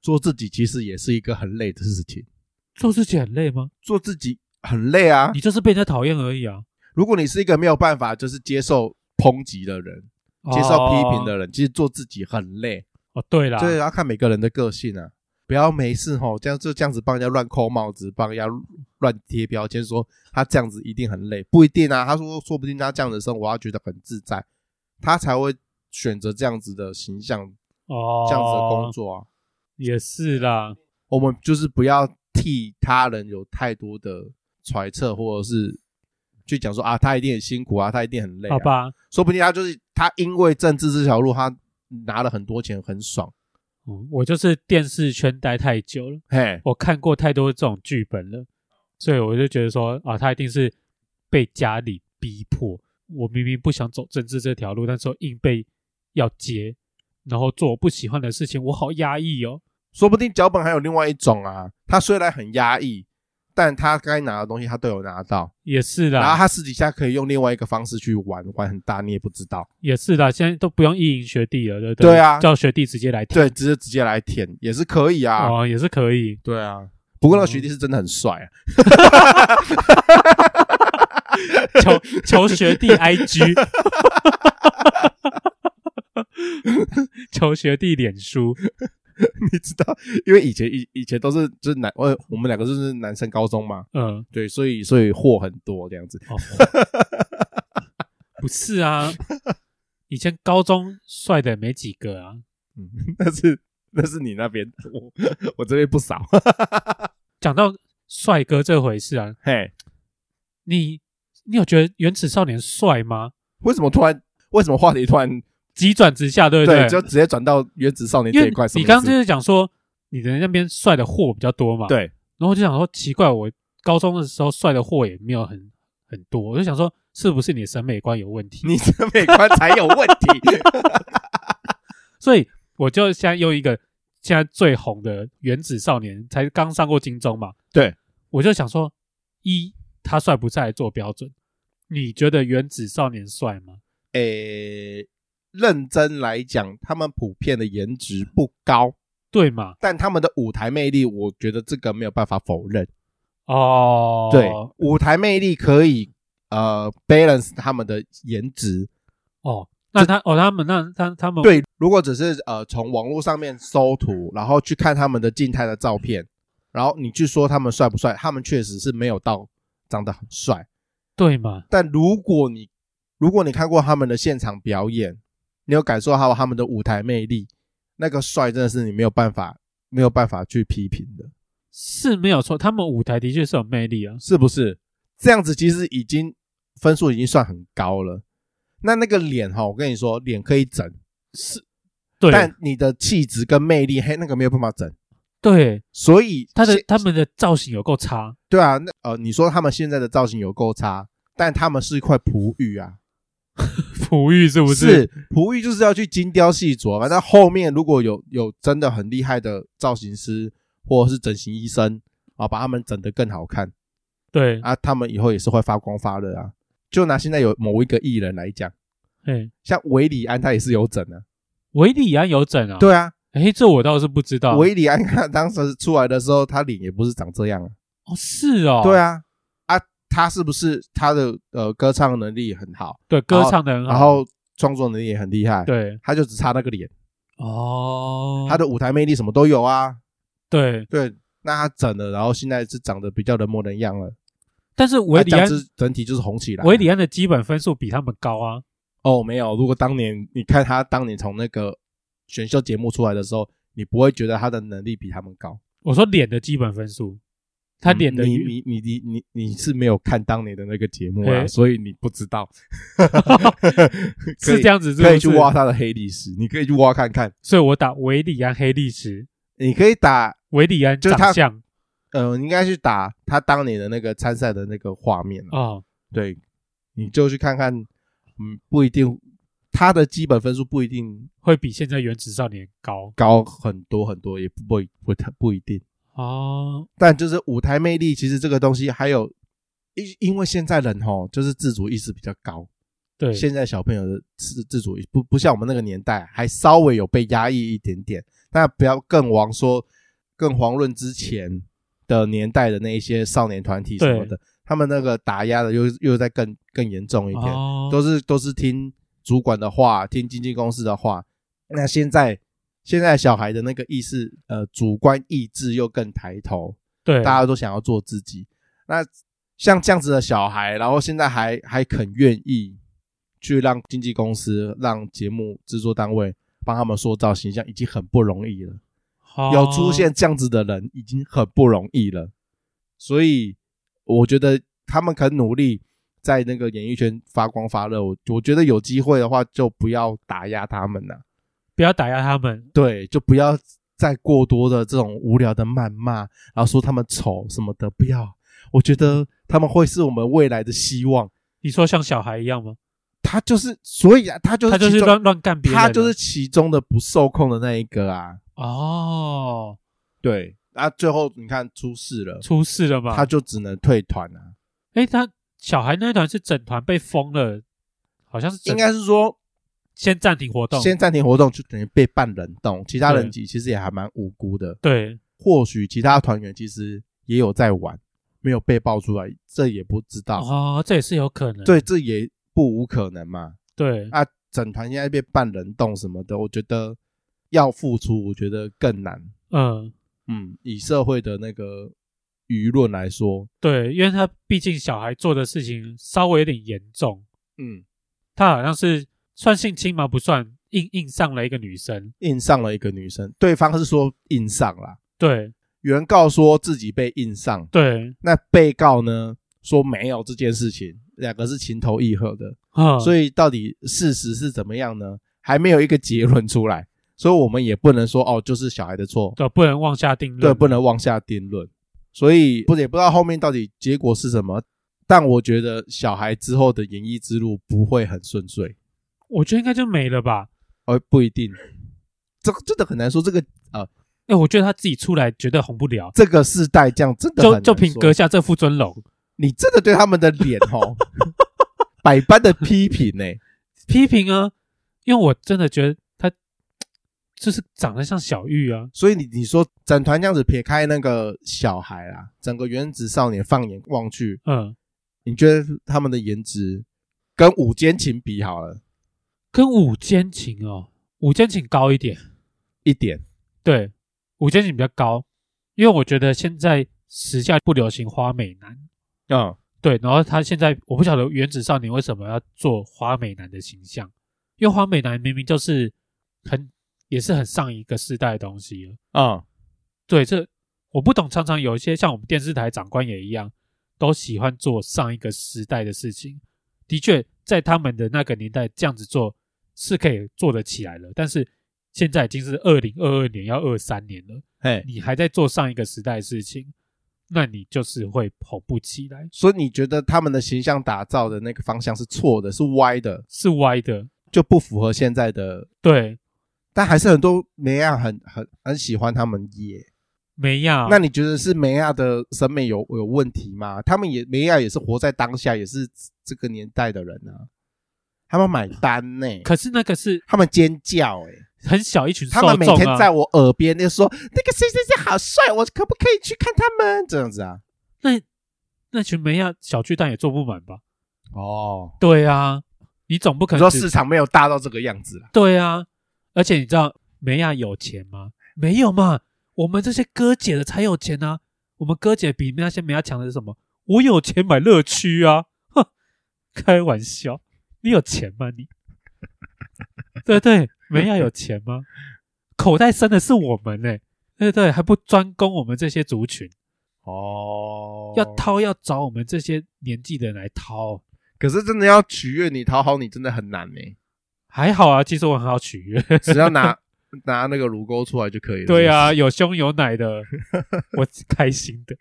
做自己其实也是一个很累的事情，做自己很累吗？做自己很累啊你。就是被人家讨厌而已啊，如果你是一个没有办法就是接受抨击的人，接受批评的哦。人，其实做自己很累，哦，对啦，这要看每个人的个性啊。不要没事吼，这样就这样子帮人家乱扣帽子，帮人家乱贴标签，说他这样子一定很累，不一定啊。他说，说不定他这样的生活，他觉得很自在，他才会选择这样子的形象，哦，这样子的工作啊。也是啦。我们就是不要替他人有太多的揣测，或者是去讲说啊，他一定很辛苦啊，他一定很累、啊，好，吧，说不定他就是他因为政治这条路，他拿了很多钱，很爽，嗯我就是电视圈待太久了，嘿，我看过太多这种剧本了，所以我就觉得说啊，他一定是被家里逼迫。我明明不想走政治这条路，但是我硬被要接，然后做我不喜欢的事情，我好压抑哦。说不定脚本还有另外一种啊，他虽然很压抑，但他该拿的东西他都有拿到，也是然后啦，他私底下可以用另外一个方式去玩，玩很大你也不知 道，也是啦，现在都不用意淫学弟了，对不对？对啊叫学弟直接来对，直接直接来舔也是可以啊，哦，也嗯是可以。对啊。不过那个学弟是真的很帅啊， 求求学弟 IG，求学弟脸书，你知道，因为以前以以前都是就是男，呃，我们两个就是男生高中嘛，嗯，对，所以所以货很多这样子。 哦， 不是啊，以前高中帅的也没几个啊，嗯，那是那是你那边，我我这边不少。 讲到帅哥这回事啊，嘿，你你有觉得原始少年帅吗？为什么突然？为什么话题突然急转直下，对不对？就直接转到原子少年因这为一块？什么你刚刚意思就是讲说你的那边帅的货比较多嘛，。对，然后我就想说奇怪，我高中的时候帅的货也没有很很多，我就想说是不是你的审美观有问题？你审美观才有问题。 所以我就现在用一个现在最红的原子少年，才刚上过金钟嘛。对，我就想说，一他帅不帅做标准？你觉得原子少年帅吗？诶、认真来讲，他们普遍的颜值不高，对嘛？但他们的舞台魅力，我觉得这个没有办法否认。哦，对，舞台魅力可以呃 balance 他们的颜值。哦，那他哦，他们那他他们对，如果只是呃从网络上面搜图，然后去看他们的静态的照片，然后你去说他们帅不帅，他们确实是没有到长得很帅。对嘛？但如果你如果你看过他们的现场表演，你有感受到他们的舞台魅力，那个帅真的是你没有办法没有办法去批评的，是没有错，他们舞台的确是有魅力啊。是不是？这样子其实已经分数已经算很高了。那那个脸哈，我跟你说，脸可以整，对，但你的气质跟魅力，嘿，那个没有办法整。对所以他的现他们的造型有够 差，对啊，那呃，你说他们现在的造型有够差，但他们是一块璞玉啊，璞玉是不是？是璞玉就是要去精雕细琢嘛。那后面如果有有真的很厉害的造型师或者是整形医生啊，把他们整得更好看对，啊，他们以后也是会发光发热啊。就拿现在有某一个艺人来讲，哎，像韦礼安他也是有整啊的、维里安有整啊？，对啊，哎，这我倒是不知道。韦礼安他当时出来的时候，他脸也不是长这样啊。哦，是哦，对啊，啊，他是不是他的呃歌唱能力很好，对，歌唱的很好，然后创作能力也很厉害，，对，他就只差那个脸，哦，他的舞台魅力什么都有啊，对，对，那他整了，然后现在是长得比较人模人样了。但是维里啊安这样子整体就是红起来。维里安的基本分数比他们高啊，哦，没有，如果当年你看他当年从那个选秀节目出来的时候，你不会觉得他的能力比他们高。我说脸的基本分数，他脸的嗯你你你你你你是没有看当年的那个节目啊，嘿所以你不 知道。可是以这样子是不是，可以去挖，他的黑历史，你可以去挖看看。所以我打维里安黑历史，你可以打，维里安就是他长相呃，你应该去打他当年的那个参赛的那个画面啊。哦，对，你就去看看，嗯，不一定，他的基本分数不一定会比现在原子少年高高很多很多，也不不不不一定。哦，但就是舞台魅力，其实这个东西还有，因因为现在人吼，就是自主意识比较高，对，现在小朋友的自自主意不不像我们那个年代，还稍微有被压抑一点点。那不要更往说更遑论之前的年代的那一些少年团体什么的，他们那个打压的又又再更更严重一点。哦，都是都是听主管的话，听经纪公司的话。那现在现在小孩的那个意识，呃，主观意志又更抬头，对，大家都想要做自己。那像这样子的小孩，然后现在还还肯愿意去让经纪公司、让节目制作单位帮他们塑造形象，已经很不容易了。哦有出现这样子的人已经很不容易了，所以我觉得他们肯努力在那个演艺圈发光发热，我我觉得有机会的话就不要打压他们了，不要打压他们，对，就不要再过多的这种无聊的谩骂，然后说他们丑什么的，不要，我觉得他们会是我们未来的希望。你说像小孩一样吗？他就是，所以啊，他就是他就是其中乱乱干别人啊，他就是其中的不受控的那一个啊，哦，对，啊，最后你看出事了，出事了嘛，他就只能退团啊。哎，他小孩那一团是整团被封了，好像是整应该是说先暂停活动，先暂停活动，就等于被办冷冻，其他对人其其实也还蛮无辜的。对或许其他团员其实也有在玩，没有被爆出来，这也不知道。哦，这也是有可能，对，这也不无可能嘛。对啊，整团现在被办冷冻什么的，我觉得要付出，我觉得更难。嗯嗯，以社会的那个舆论来说，对，因为他毕竟小孩做的事情稍微有点严重，嗯，他好像是算性侵吗？不算，硬硬上了一个女生，硬上了一个女生，对方是说硬上啦，对原告说自己被硬上，对，那被告呢说没有这件事情，两个是情投意合的，啊，所以以到底事实是怎么样呢？还没有一个结论出来，所以我们也不能说哦，就是小孩的错，对不能妄下定论，对，不能妄下定论。所以不也不知道后面到底结果是什么，但我觉得小孩之后的演艺之路不会很顺遂，我觉得应该就没了吧。而不一定。这真的很难说，这个哎，我觉得他自己出来绝对红不了，这个世代这样真的很就难就凭说阁下这副尊容，你真的对他们的脸 哦，百般的批评欸呢、批评啊，因为我真的觉得他就是长得像小玉啊，所以你你说整团这样子撇开那个小孩啦，整个原子少年放眼望去，嗯，你觉得他们的颜值跟五间情比好了跟五间情哦，五间情高一点，一点？对，五间情比较高，因为我觉得现在时下不流行花美男，嗯，对，然后他现在我不晓得原子少年为什么要做花美男的形象，因为花美男明明就是很也是很上一个世代的东西了，啊、对，这我不懂，常常有一些像我们电视台长官也一样，都喜欢做上一个时代的事情。的确，在他们的那个年代这样子做是可以做得起来的，但是现在已经是二零二二年要二三年了，哎，你还在做上一个时代的事情，那你就是会红不起来，所以你觉得他们的形象打造的那个方向是错的，是歪的，是歪的。就不符合现在的。对，但还是很多梅亚很很很喜欢他们耶。梅亚，那你觉得是梅亚的审美有有问题吗？他们也梅亚也是活在当下，也是这个年代的人啊，他们买单呢、可是那个是他们尖叫哎、很小一群受他们每众天在啊，我耳边就说那个谁谁谁好帅，我可不可以去看他们？这样子啊？那那群梅亚小巨蛋也做不满吧？哦，对啊，你总不可你能说只市场没有大到这个样子啦，对啊，而且你知道梅亚有钱吗？没有嘛，我们这些哥姐的才有钱啊。我们哥姐比那些梅亚强的是什么？我有钱买乐趣啊！哼，开玩笑，你有钱吗你？对对，梅亚有钱吗？口袋深的是我们呢、对对，还不专攻我们这些族群，哦要掏要找我们这些年纪的人来掏。可是真的要取悦你、讨好你，真的很难呢、欸 还好啊，其实我很好取悦。 只要拿拿那个乳沟出来就可以了。对啊，啊，有胸有奶的，我开心的。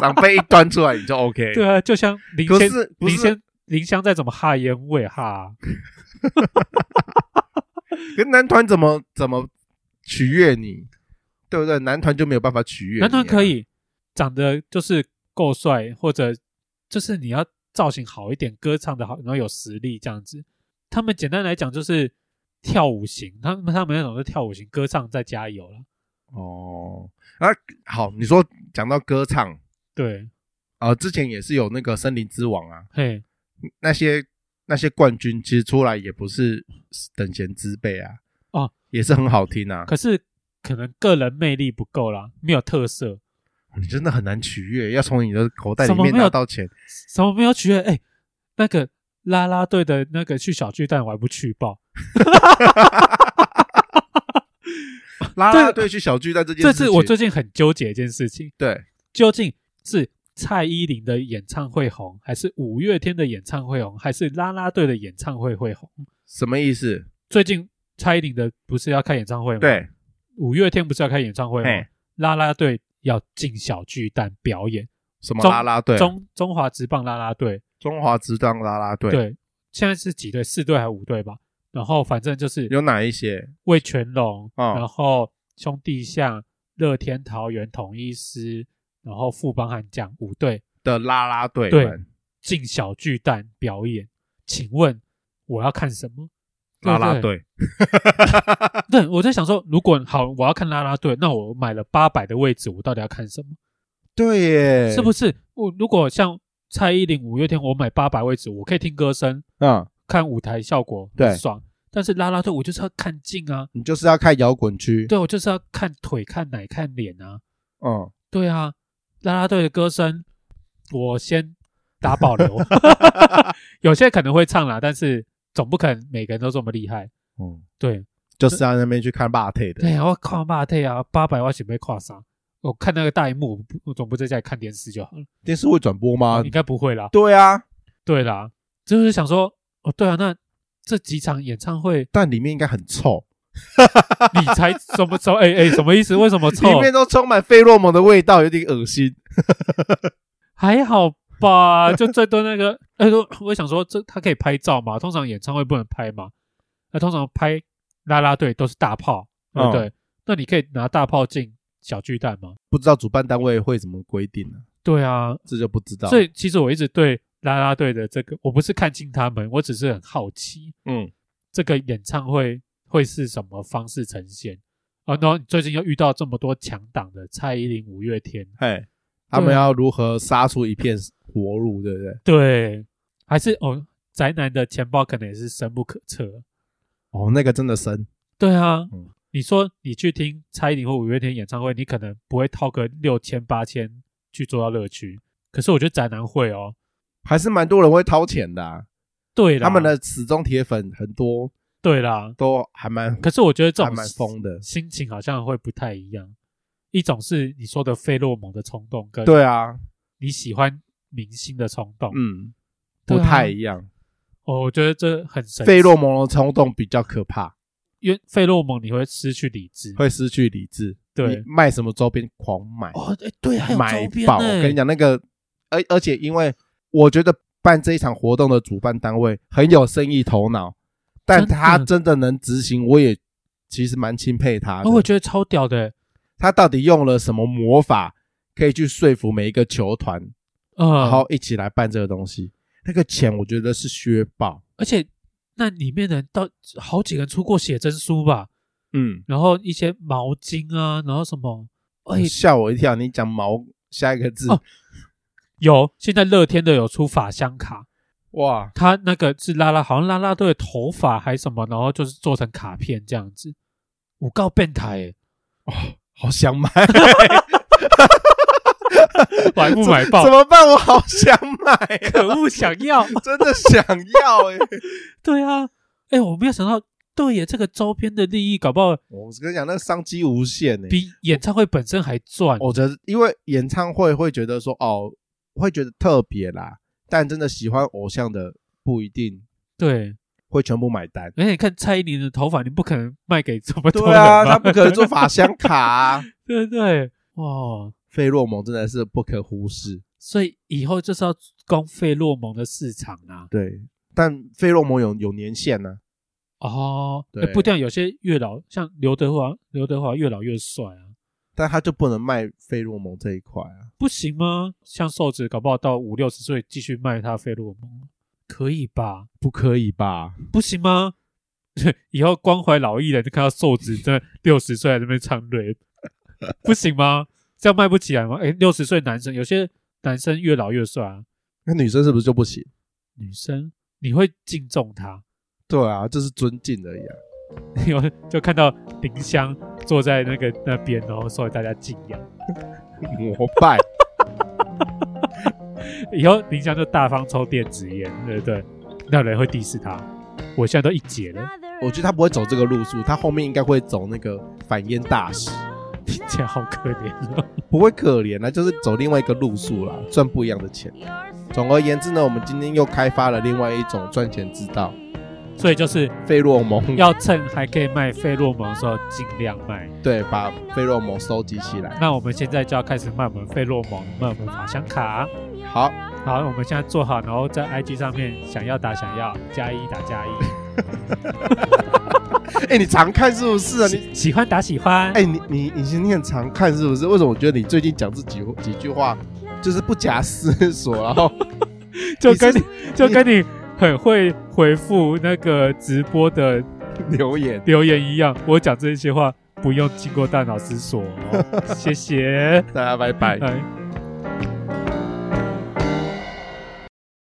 长辈一端出来你就 OK。对啊，就像林可先是不林是啊先林香再怎么哈烟味哈，可是男团怎么怎么取悦你，对不对？男团就没有办法取悦、啊男团可，以长得就是够帅，或者就是你要造型好一点，歌唱的好，然后有实力这样子。他们简单来讲就是跳舞型，他们他们那种是跳舞型，歌唱再加油了。哦。啊，好，你说讲到歌唱，对，呃，之前也是有那个森林之王啊，嘿，那些那些冠军其实出来也不是等闲之辈啊，哦，也是很好听啊。可是可能个人魅力不够啦，没有特色，你真的很难取悦，要从你的口袋什里么面没有拿 到钱，什么没有取悦。哎、那个啦啦队的那个去小巨蛋，我还不去报。拉这拉队去小巨蛋这件这事情，是我最近很纠结一件事情，对究竟是蔡依林的演唱会红，还是五月天的演唱会红，还是啦啦队的演唱会会红？什么意思？最近蔡依林的不是要开演唱会吗？，对，五月天不是要开演唱会吗嘿？啦啦队要进小巨蛋表演，什么中拉拉队？中中华职棒啦啦队，中华职棒拉拉队，，对，现在是几队？四队还是五队吧？然后反正就是有哪一些？魏全龙，哦然后兄弟象、乐天桃园、统一师，然后富邦悍将五队的拉拉队对们进小巨蛋表演。请问我要看什么？拉对拉不队，对，对我在想说，如果好，我要看啦啦队，那我买了八百的位置，我到底要看什么？对耶，是不是？我如果像蔡依林、五月天，我买八百位置，我可以听歌声、嗯，看舞台效果，对很爽。但是啦啦队，我就是要看镜啊，你就是要看摇滚区，对我就是要看腿、看奶、看脸啊。嗯，对啊，啦啦队的歌声，我先打 保留。有些可能会唱啦，但是总不可能每个人都这么厉害。嗯，对就是在那边去看霸退的，对，我看马特啊，八百万准备跨啥？我看那个大荧幕，我不我总不在家里看电视就好了。电视会转播吗应？该不会啦。对啊，，对啦，就是想说，哦，对啊，那这几场演唱会 但里面应该很臭，你才什么什么？哎哎，什么意思？为什么臭里？面都充满费洛蒙的味道，有点恶心。还好吧， 就最多那个，哎，我我想说，这他可以拍照嘛？通常演唱会不能拍嘛？那通常拍啦啦队都是大炮，对不对？那你可以拿大炮进小巨蛋吗？不知道主办单位会怎么规定呢、对啊，这就不知道。所以其实我一直对啦啦队的这个，我不是看清他们，我只是很好奇嗯，这个演唱会会是什么方式呈现。啊，然后最近又遇到这么多强档的蔡依林、五月天，嘿，他们要如何杀出一片活路，对不对？对，啊还是哦，宅男的钱包可能也是深不可测。哦，那个真的深，对啊，嗯你说你去听蔡依林或五月天演唱会，你可能不会掏个六千八千去做到乐趣，可是我觉得宅男会哦。还是蛮多人会掏钱的啊、对啦，他们的死忠铁粉很多，对啦，都还蛮可是我觉得这还种蛮疯的。心情好像会不太一样。一种是你说的费洛蒙的冲动，跟对啊，你喜欢明星的冲动，嗯，对不啊太一样。哦，我觉得这很神奇。费洛蒙的冲动比较可怕，因为费洛蒙你会失去理智，会失去理智。对你卖什么周边狂买，哦，哎，对，还有买周边欸爆。呢我跟你，讲，那个，而而且因为我觉得办这一场活动的主办单位很有生意头脑，但真的他真的能执行，我也其实蛮钦佩他的哦，。我觉得超屌的，他到底用了什么魔法，可以去说服每一个球团，然嗯，后一起来办这个东西？那个钱我觉得是削爆。而且那里面的人到好几个人出过写真书吧，嗯，然后一些毛巾啊，然后什么，哎，吓我一跳！你讲毛下一个字，哦有现在乐天的有出法香卡，哇，他那个是拉拉，好像拉拉队的头发还什么，然后就是做成卡片这样子，五告变态耶，好想买，买不买 怎爆？么办？我好想买，可恶，想要， 真的想要哎、对啊，哎，我没有想到，对耶，这个周边的利益搞不好我跟你讲，那个商机无限呢、比演唱会本身还赚，我觉得，因为演唱会会觉得说，哦，会觉得特别啦，但真的喜欢偶像的不一定对。会全部买单。而且你看蔡依林的头发，你不可能卖给这么多对人啊，吧他不可能做法香卡、啊， 对不对？哇， 费洛蒙真的是不可忽视。哦所以以后就是要攻费洛蒙的市场啊。对，但费洛蒙有有年限啊呢、哦，对诶不一定，有些越老，像刘德华，刘德华越老越帅啊，但他就不能卖费洛蒙这一块啊。不行吗？像瘦子，搞不好到五六十岁继续卖他费洛蒙，啊可以吧？不可以吧？不行吗？ 以后关怀老艺人，就看到瘦子在六十岁在那边唱 rap，不行吗？这样卖不起来吗？哎，六十岁男生，有些男生越老越帅啊，那女生是不是就不行？女生你会敬重他，对啊，这是尊敬而已啊。有就看到林香坐在那个那边，然后受到大家敬仰。膜拜，以后林香就大方抽电子烟，对不呃对？那有人会敌视他。我现在都一解了，我觉得他不会走这个路数，他后面应该会走那个反烟大 使，听起来好可怜哦。不会可怜啊，就是走另外一个路数啦，赚不一样的钱。总而言之呢，我们今天又开发了另外一种赚钱之道所以就是——费洛蒙。要趁还可以卖费洛蒙的时候尽量卖。对，把费洛蒙收集起来。那我们现在就要开始卖我们费洛蒙，卖我们法香卡。好，好，我们现在做好，然后在 IG 上面想要打想要加一打加一，哎、你常看是不是啊？你，喜喜欢打喜欢。哎、你你你今天很常看是不是？为什么我觉得你最近讲这几几句话就是不假思索，然后就跟你你 就跟你很会回复那个直播的留言？留言一样，我讲这些话不用经过大脑思索、哦，谢谢，大家拜拜。哎。